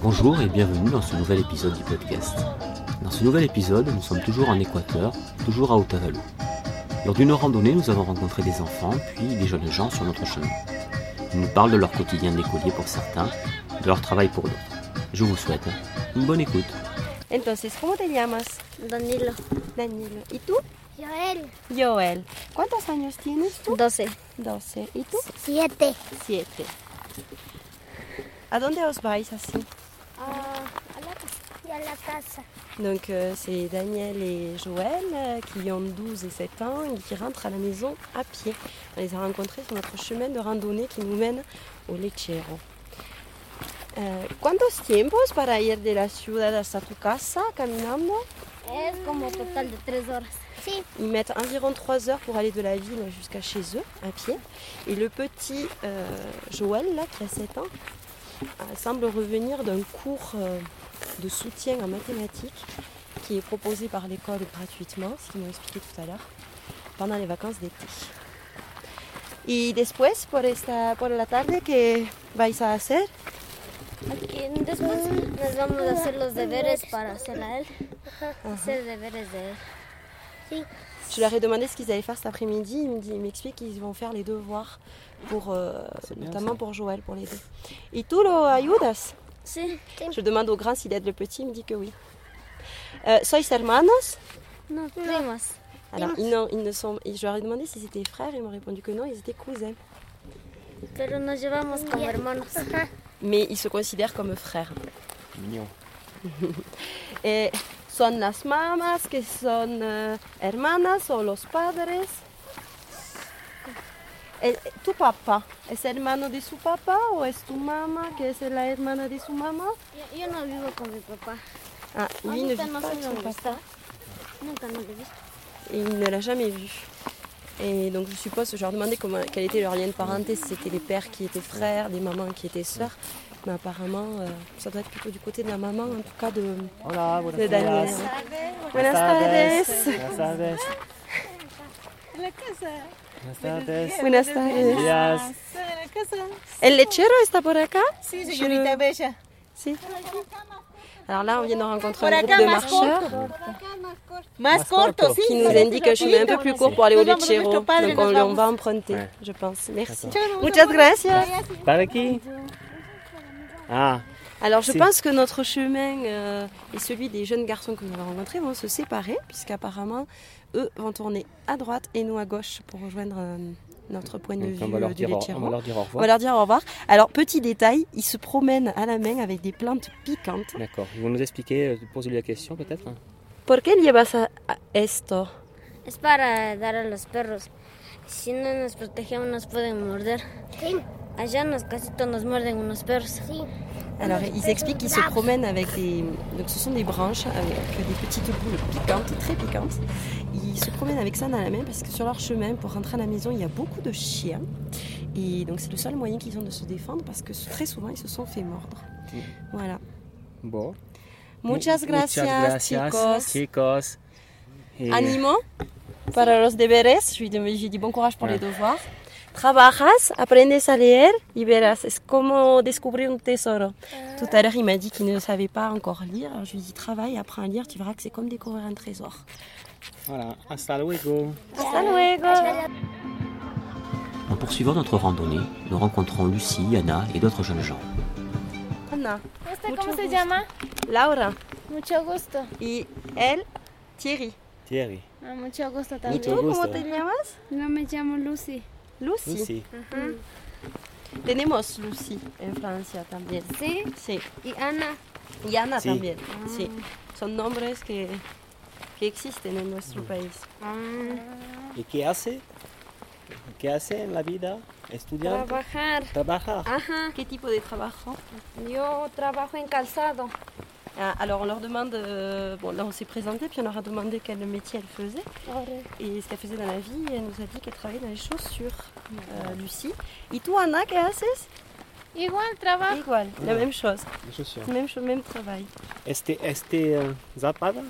Bonjour et bienvenue dans ce nouvel épisode du podcast. Dans ce nouvel épisode, nous sommes toujours en Équateur, toujours à Otavalo. Lors d'une randonnée, nous avons rencontré des enfants, puis des jeunes gens sur notre chemin. Ils nous parlent de leur quotidien d'écolier pour certains, de leur travail pour d'autres. Je vous souhaite une bonne écoute. Entonces, ¿cómo te llamas? Danilo. Danilo. ¿Y tú? Joel. Joel. ¿Cuántos años tienes tú? 12. 12. ¿Y tú? 7. 7. ¿A dónde os vais así? Y Ah, a la casa. Donc, euh, c'est Daniel et Joël euh, qui ont 12 et 7 ans et qui rentrent à la maison à pied. On les a rencontrés sur notre chemin de randonnée qui nous mène au Lechero. Euh, ¿Cuántos tiempos para ir de la ciudad hasta tu casa caminando? Es como total de 3 horas. Sí. Ils mettent environ 3 heures pour aller de la ville jusqu'à chez eux, à pied. Et le petit euh, Joël, là, qui a 7 ans, euh, semble revenir d'un cours euh, de soutien en mathématiques qui est proposé par l'école gratuitement, ce qu'ils m'ont expliqué tout à l'heure, pendant les vacances d'été. Y después, por, esta, por la tarde, que vais a hacer? después nos vamos a hacer los deberes para hacer a él. Hacer deberes de él. Je leur ai demandé ce qu'ils allaient faire cet après-midi. Ils me disent- ils m'expliquent qu'ils vont faire les devoirs, pour, euh, Ah, C'est bien, notamment ça. pour Joël, pour les deux. Et tu lo ayudas Sí. Je demande au grand s'il aide le petit, il me dit que oui. Euh, sois hermanos No, primas. Alors, ils n'ont- ils ne sont, ils- je leur ai demandé si c'était frères, ils m'ont répondu que non, ils étaient cousins. Pero nos llevamos como hermanos. Mais ils se considèrent comme frères. Mignon. Et son las mamas, que son euh, hermanas, son los padres. Et tu papa, es hermano de su papa ou es tu mama, que es la hermana de su mama Yo, yo no vivo con mi papá. Ah, lui ne Ahorita vit no sé pas avec son dónde papa. está. Nunca nos lo he visto. et il ne l'a jamais vu. Et donc je suppose, je leur demandais comment, quel était leur lien de parenté, si c'était des pères qui étaient frères, des mamans qui étaient sœurs. Mais apparemment, euh, ça doit être plutôt du côté de la maman, en tout cas de, Hola, buenas de Daniel. tardes. Buenas tardes. Buenas tardes. Buenas tardes. Buenas tardes. Días. El lechero está por acá? Sí, señorita Bella. Si. Alors là, on vient de rencontrer Por un acá groupe de más marcheurs Más, corto, corto. sí. qui nous indique un chemin un peu plus court pour aller au Nous vamos lechero. nuestro padre, Donc nos on, on vamos. va emprunter, Ouais. je pense. Merci. D'accord. Muchas gracias. ¿Para aquí? Ah, Alors je C'est- pense que notre chemin euh, et celui des jeunes garçons que nous avons rencontrés vont se séparer, puisqu'apparemment, eux vont tourner à droite et nous à gauche pour rejoindre euh, notre point de donc vue on va euh, leur du dire, au- Lechero. on va leur dire au On va revoir. leur dire au revoir. Alors petit détail, ils se promènent à la main avec des plantes piquantes. D'accord. Ils vont nous expliquer, euh, poser la question peut-être. hein. ¿Por qué llevas a- a esto? Es para dar a los perros. Si no nos protegemos nos pueden morder. Allá en los casitos nos muerden unos perros. Alors ils expliquent qu'ils se promènent avec des... Donc ce sont des branches avec des petites boules piquantes, très piquantes. Ils se promènent avec ça dans la main parce que sur leur chemin, pour rentrer à la maison, il y a beaucoup de chiens. Et donc c'est le seul moyen qu'ils ont de se défendre parce que très souvent, ils se sont fait mordre. Mm. Voilà. Bon. Muchas gracias, chicos. chicos. Et- Animo para los deberes. Je lui dis, je lui dis bon courage pour les devoirs. Trabajas, aprendes a leer y verás. Es como descubrir un tesoro. Tout à l'heure, il m'a dit qu'il ne savait pas encore lire. Alors, je lui dis travaille, apprends à lire, tu verras que c'est comme découvrir un trésor. Voilà. Hasta luego. Hasta luego. En poursuivant notre randonnée, nous rencontrons Lucie, Anna et d'autres jeunes gens. Anna, ¿Esta Mucho cómo se gusto. llama? Laura Mucho gusto. et elle, Thierry. Thierry. Ah, mucho gusto Et también. toi, gusto. comment te llamas? No me llamo Lucy. Lucy. Lucy. Tenemos Lucy en Francia también. Sí, Sí. y Ana. Y Ana Sí. también. Sí. Son nombres que, que existen en Mm. nuestro país. Ah. Et qué hace? ¿Qué hace en la vida? Ah, Estudiante. Trabajar. Trabaja. Ah. Ajá. ¿Qué tipo de trabajo? Yo trabajo en calzado. Ah, Alors on leur demande, euh, bon là on s'est présenté, puis on leur a demandé quel métier elle faisait et ce qu'elle faisait dans la vie. Et elle nous a dit qu'elle travaillait dans les chaussures, euh, Lucie. Et toi Anna, qu'est-ce que c'est Igual trabajo. Igual, la Ouais. même chose, Des chaussures. même, cho- même travail. Este, este euh, zapada?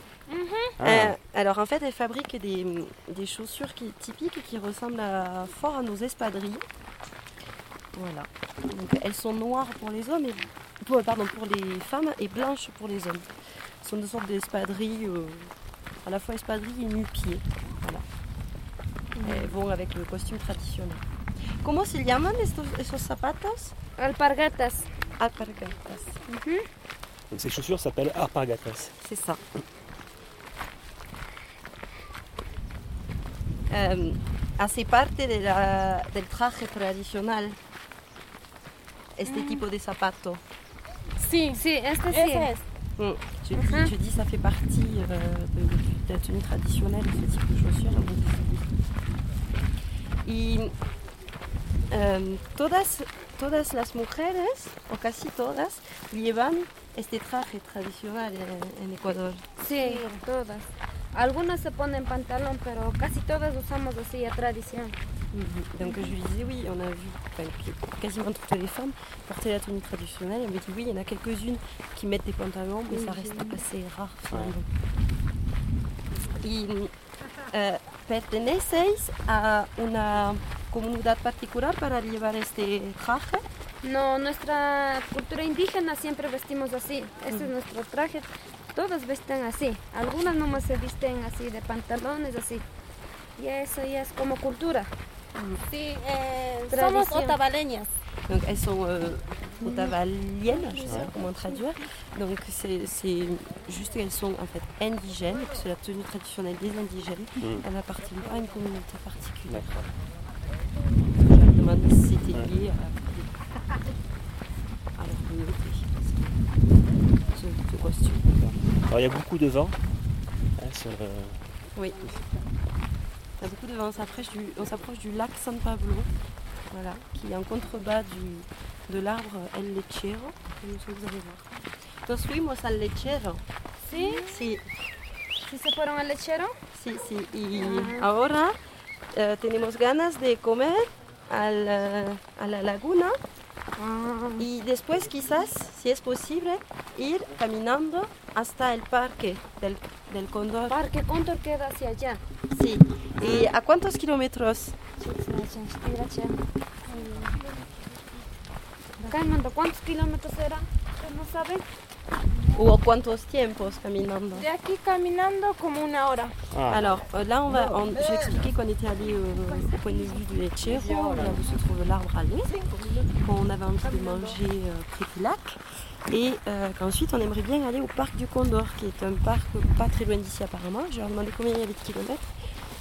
Ah, Euh, alors en fait elle fabrique des, des chaussures qui, typiques et qui ressemblent à- fort à nos espadrilles. Voilà. Donc elles sont noires pour les hommes et pour, euh, pardon, pour les femmes et blanches pour les hommes. Ce sont deux sortes d'espadrilles, euh, à la fois espadrilles et nu-pieds. Voilà. Elles vont avec le costume traditionnel. Comment se llaman estos, esos zapatos? Ah, Alpargatas. Alpargatas. Donc ces chaussures s'appellent arpagatas. C'est ça. Euh, hace parte de la- del traje tradicional este tipo de zapato. Sí. Sí, este sí. Ese es. Mm. Tu, dis, tu dis ça fait partie euh, de, de la tenue traditionnelle, ce type de chaussures. donc c'est- Y euh, todas, todas las mujeres, o casi todas, llevan este traje tradicional eh, en, en Ecuador. Sí, todas. Algunas se ponen pantalón, pero casi todas usamos así la tradición. Mm-hmm. Donc je lui disais oui, on a vu enfin, que- quasiment toutes les femmes portaient la tenue traditionnelle. Elle me dit oui, il y en a quelques-unes qui mettent des pantalons, mais ça reste assez rare finalement. Y, eh, ¿Pertenecéis a ah, una comunidad particular para llevar este traje? No, nuestra cultura indígena siempre vestimos así. Este es nuestro traje. Todas visten así. Algunas nomás se visten así de pantalones, así. Y eso ya es como cultura. Sí, eh, somos Tradición. otavaleñas. Donc elles sont euh, otavaliennes, je ne sais pas comment traduire. Donc c'est c'est juste qu'elles sont en fait indigènes, que c'est la tenue traditionnelle des indigènes. Elles n'appartiennent pas à une communauté particulière. D'accord. Je me demande si c'était lié à, à leur communauté. Ce, ce costume. Alors il y a beaucoup de vent. hein, sur, euh, Oui. Il y a beaucoup de vent. On s'approche du, on s'approche du lac San Pablo, voilà, qui est en contrebas du, de l'arbre El Lechero. que nous sommes allés voir. Nos fuimos al lechero. ¿Sí? Sí, ¿Sí se fueron al lechero? sí, sí. Y ahora eh, tenemos ganas de comer al, eh, a la laguna Ah. y después quizás, si es posible, ir caminando hasta el parque del, del Condor. Parque Condor queda hacia allá. Sí. ¿Y a cuántos kilómetros? Calmando, ¿cuántos kilómetros era? ¿No saben? ¿O cuántos tiempos caminando? De aquí caminando como una hora. Ah, Alors euh, là, on va, on- j'ai expliqué qu'on était allé euh, au point de vue du Lechero, là où se trouve l'arbre à l'eau, qu'on avait envie de manger euh, près du lac, et euh, qu'ensuite on aimerait bien aller au parc du Condor, qui est un parc pas très loin d'ici apparemment. Je leur ai demandé combien il y avait de kilomètres.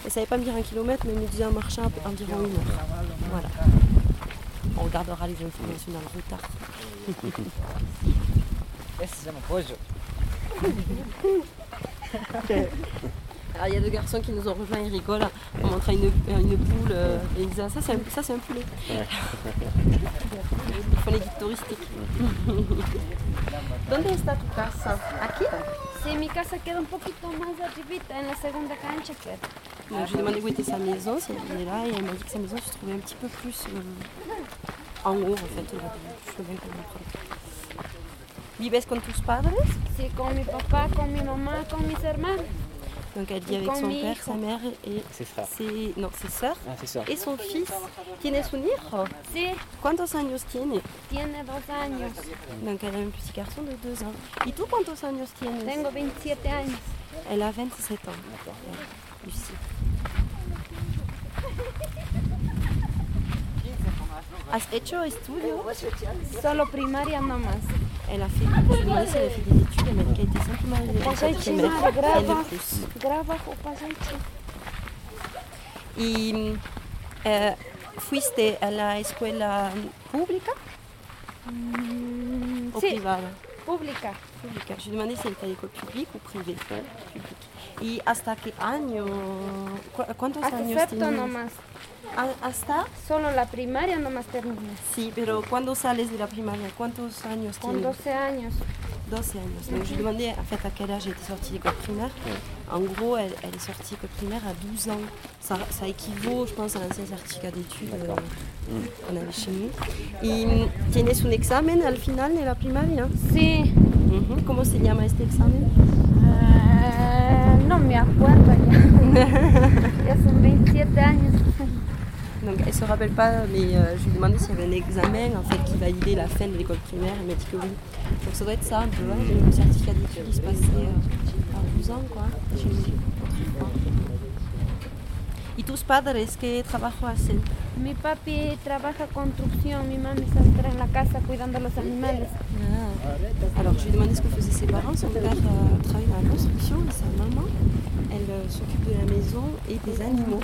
Ils ne savaient pas me dire un kilomètre, mais ils me disaient en marchant à- environ une heure. Voilà. On regardera les informations dans le retard. Alors, Ah, il y a deux garçons qui nous ont rejoints, ils rigolent en montrant une, une poule euh, et ils disent Ah, ça c'est un, ça, c'est un poulet. ils font les guides touristiques. Donde está tu casa? Aquí? Sí, mi casa queda un poquito más arribita, en la segunda cancha queda. Donc, je lui ai demandé où était sa maison, si elle est là, et elle m'a dit que sa maison se trouvait un petit peu plus euh, en haut en fait, le chemin qu'on prend. Vives con tus padres? Sí, con mi papá, con mi mamá, con mis hermanos. Donc elle vit avec Con son mi père, hijo. sa mère et c'est frère. ses, non, ses sœurs Ah, c'est ça. et son fils. Tienes un hijo? Sí, ¿Cuántos años tiene? tiene dos años. Donc elle a un petit garçon de 2 ans. Et tout cuántos años tienes Tengo 27 años. Elle a 27 ans. Elle, Lucie. Has hecho estudio Solo primaria nomás. Elle a fait je lui ai laissé, elle a fait des études, elle m'a dit qu'elle était simplement une Pasai elle aimait chimar, rien de grava. plus. Graba o pasaichi. Y eh, fuiste a la escuela pública o sí. privada? Pública. Pública. Je lui ai demandé si elle était à l'école publique ou privée. Publique. Y hasta qué año? cu- ¿Cuántos Hasta euh, años sexto tenías? nomás. A- Hasta Solo la primaria nomás terminé. Sí, pero ¿cuándo sales de la primaria? ¿Cuántos años Con tienes? 12 años. 12 años. Donc, je lui demandais en fait à quel âge elle était sortie de l'école primaire. En gros, elle, elle est sortie de l'école primaire à 12 ans. Ça, ça équivaut, je pense, à l'ancien certificat d'études euh, qu'on avait chez nous. Et mm, tienes un examen al final de la primaria? Sí. Mhm. ¿Cómo se llama este examen? Eh, Ah, no me acuerdo ya. ya son 27 años. Donc elle se rappelle pas, mais euh, je lui ai demandé s'il y avait un examen en fait qui validait la fin de l'école primaire. Elle m'a dit que oui. Donc ça doit être ça un peu. hein. J'ai eu le certificat d'études qui se passait euh, à 12 ans quoi. chez nous. ¿Y tus padres qué trabajo hacen? Mi papi trabaja construcción, mi mami está atrás en la casa cuidando a los animales. Ah. Alors je lui ai demandé ce que faisaient ses parents. Son père euh, travaille dans la construction et sa maman, elle euh, s'occupe de la maison et des animaux.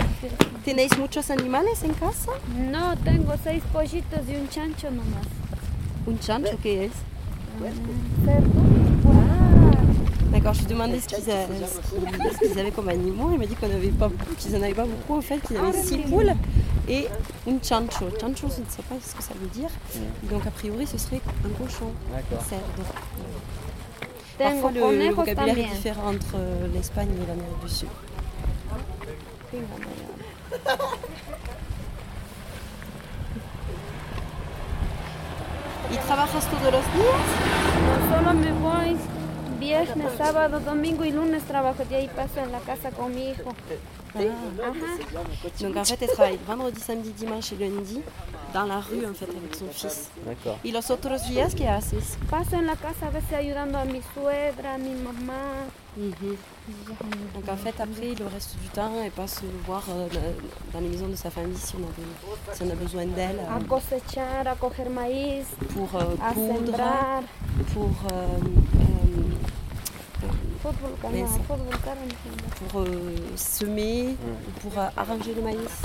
¿Tenéis muchos animales en casa? No, tengo seis pollitos y un chancho nomás. Un chancho, ¿qué es? Cerdo. Ah, D'accord, je lui ai demandé ce qu'ils a- ce qu'ils avaient comme animaux. Il m'a dit qu'on n'avait pas beaucoup, qu'ils n'en avaient pas beaucoup en fait, qu'ils avaient six poules et une chancho. Chancho, je ne sais pas ce que ça veut dire. Donc a priori, ce serait un cochon, D'accord. cerdo. Tengo Parfois, le, le conejos vocabulaire est hein. también. différent entre euh, l'Espagne et l'Amérique du Sud. ¿Y trabajas todos los días? No, solo me voy viernes, sábado, domingo y lunes trabajo y ahí paso en la casa con mi hijo. Ajá. Ah, Donc en fait, elle travaille vendredi, samedi, dimanche et lundi dans la rue en fait avec son fils. D'accord. ¿Y los otros días qué haces? Paso en la casa a veces ayudando a mi suegra, a mi mamá. Donc en fait, après, le reste du temps, elle passe le voir euh, dans- dans les maisons de sa famille si on a, be- si on a besoin d'elle a euh, cosechar, a coger maíz, pour euh, a coudre, sembrar, pour, euh, fútbol, cana, Eso. fútbol, cara, no sé. euh, pour euh, semer, ou pour euh, arranger le maïs.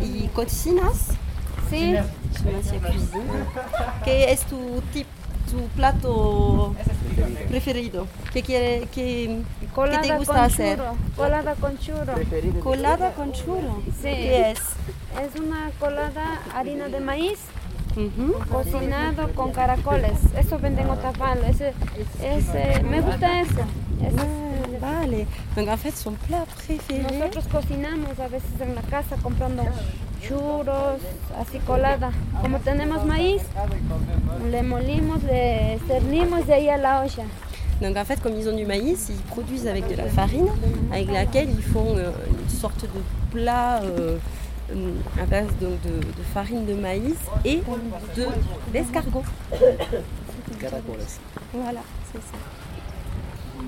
¿Y cocinas? Sí, Cocinas y cuisine. ¿Qué es tu tip, tu plato preferido? ¿Qué quiere, qué, colada te gusta con hacer? churro, colada con churro. colada con churro? Sí. ¿Qué es? Es una colada harina de maíz Ujú. cocinado con caracoles. Eso venden en Otavalo. Ese, ese, me gusta eso. Ah, vale. Donc en fait, son plat préféré, Nosotros cocinamos a veces en la casa comprando churros, así colada. Como tenemos maíz, le molimos, le cernimos de ahí a la olla. Donc en fait, comme ils ont du maïs, ils produisent avec de la farine, avec laquelle ils font euh, une sorte de plat euh, euh, à base donc, de, de farine de maïs et de d'escargot. Caracoles. Voilà, c'est ça.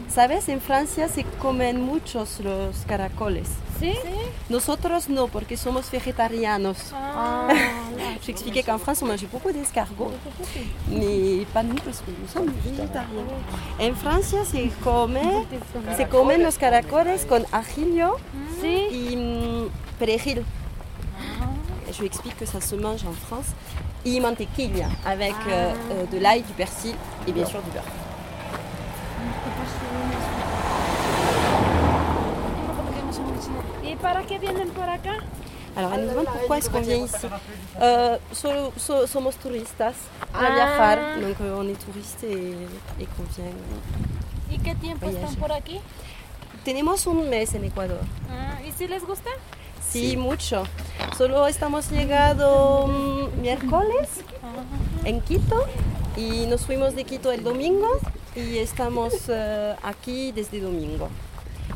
Sabes, en Francia se comen muchos los caracoles. ¿Sí? Nosotros no, porque somos vegetarianos. J'expliquais qu'en France, on mangeait beaucoup d'escargots, mais pas nous, parce que nous sommes végétariens. En France, se come, se comen los caracoles con ajillo Sí. y mm, perejil. Je lui explique que ça se mange en France. Y mantequilla, avec Ah. euh, euh, de l'ail, du persil et bien sûr du beurre. ¿Y para qué vienen por acá? Alors, elle nous demande pourquoi est-ce qu'on vient ici. Euh, so- so- somos turistas, a Ah. viajar. Donc, euh, on est touriste et, et qu'on vient. euh, ¿Y qué tiempo están Voyage. por aquí? Tenemos un mes en Ecuador. Ah, ¿Y si les gusta? Sí, mucho. Solo estamos llegado mm, miércoles en Quito y nos fuimos de Quito el domingo y estamos euh, aquí desde domingo.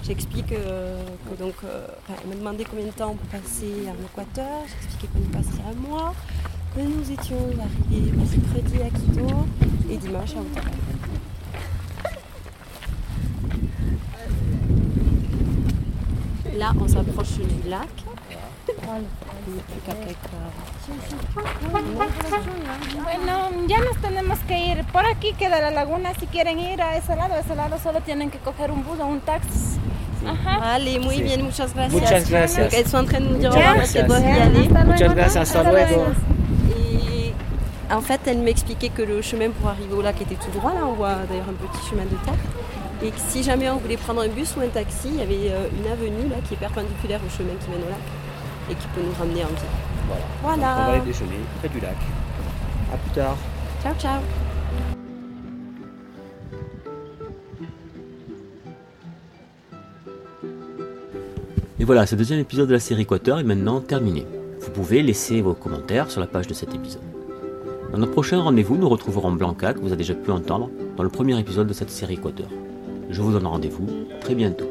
J'explique euh, que donc, euh, enfin, elle me demandait combien de temps on peut passer en Équateur, j'expliquais qu'on y passerait un mois, que nous étions arrivés mercredi à Quito et dimanche à Ottawa. Là, on s'approche du lac. Il n'y a plus qu'à quelques... Bueno, ya nos tenemos que ir. Por aquí queda la laguna. Si quieren ir a ese lado, a ese lado solo tienen que coger un bus o un taxi. Hein Ajá. Allez, muy bien, muchas gracias. Muchas Donc, gracias. elles sont en train de nous dire au Muchas revoir parce qu'elles doivent y gracias. aller. Muchas gracias. Hasta luego. Et en fait, elle m'expliquait que le chemin pour arriver au lac était tout droit. Là, on voit d'ailleurs un petit chemin de terre. Et que si jamais on voulait prendre un bus ou un taxi, il y avait euh, une avenue là qui est perpendiculaire au chemin qui mène au lac et qui peut nous ramener en ville. Voilà. On va Voilà. aller déjeuner près du lac. À plus tard. Ciao, ciao. Et voilà, ce deuxième épisode de la série Équateur est maintenant terminé. Vous pouvez laisser vos commentaires sur la page de cet épisode. Dans notre prochain rendez-vous, nous retrouverons Blanca, que vous avez déjà pu entendre, dans le premier épisode de cette série Équateur. Je vous donne rendez-vous très bientôt.